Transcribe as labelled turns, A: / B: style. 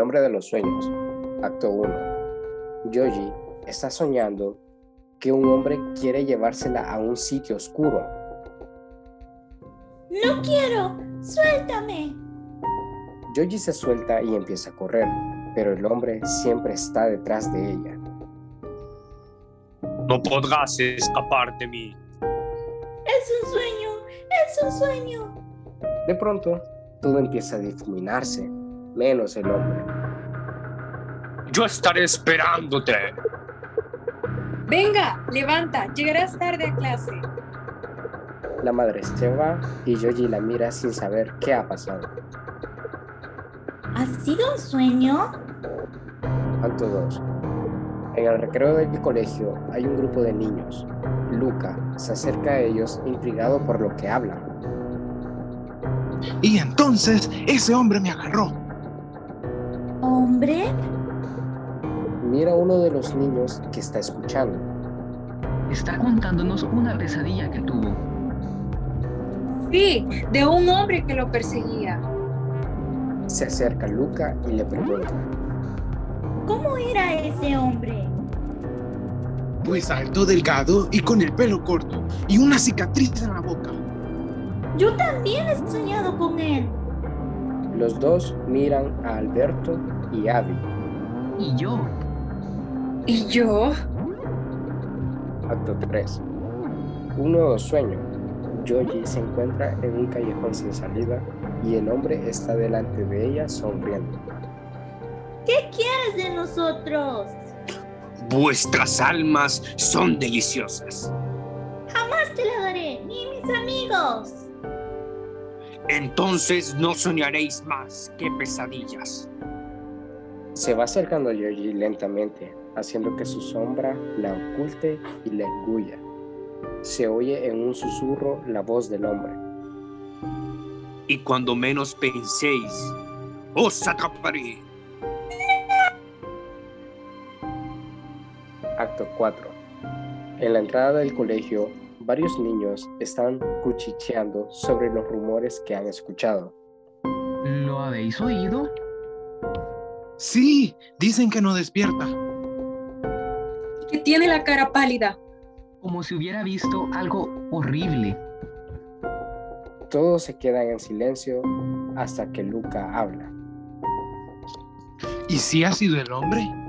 A: hombre de los sueños, acto 1. Yoji está soñando que un hombre quiere llevársela a un sitio oscuro.
B: ¡No quiero! ¡Suéltame!
A: Yoji se suelta y empieza a correr, pero el hombre siempre está detrás de ella.
C: No podrás escapar de mí.
B: ¡Es un sueño! ¡Es un sueño!
A: De pronto, todo empieza a difuminarse, menos el hombre.
C: Yo estaré esperándote.
D: Venga, levanta, llegarás tarde a clase.
A: La madre se va y Yoji la mira sin saber qué ha pasado.
B: ¿Ha sido un sueño?
A: Acto 2. En el recreo del colegio hay un grupo de niños. Luca se acerca a ellos intrigado por lo que hablan.
E: Y entonces ese hombre me agarró.
B: ¿Hombre?
A: Mira a uno de los niños que está escuchando.
F: Está contándonos una pesadilla que tuvo.
D: Sí, de un hombre que lo perseguía.
A: Se acerca Luca y le pregunta.
B: ¿Cómo era ese hombre?
E: Pues alto, delgado y con el pelo corto y una cicatriz en la boca.
B: Yo también he soñado con él.
A: Los dos miran a Alberto y Abby.
F: Y yo,
D: ¿Y yo?
A: Acto 3. Un nuevo sueño. Yoji se encuentra en un callejón sin salida y el hombre está delante de ella sonriendo.
B: ¿Qué quieres de nosotros?
C: Vuestras almas son deliciosas.
B: Jamás te la daré, ni mis amigos.
C: Entonces no soñaréis más que pesadillas.
A: Se va acercando Yoji lentamente, haciendo que su sombra la oculte y la engulla. Se oye en un susurro la voz del hombre.
C: Y cuando menos penséis, os atraparé.
A: Acto 4. En la entrada del colegio, varios niños están cuchicheando sobre los rumores que han escuchado.
F: ¿lo habéis oído?
E: Sí, dicen que no despierta.
D: Que tiene la cara pálida.
F: Como si hubiera visto algo horrible.
A: Todos se quedan en silencio hasta que Luca habla.
E: ¿Y si ha sido el hombre?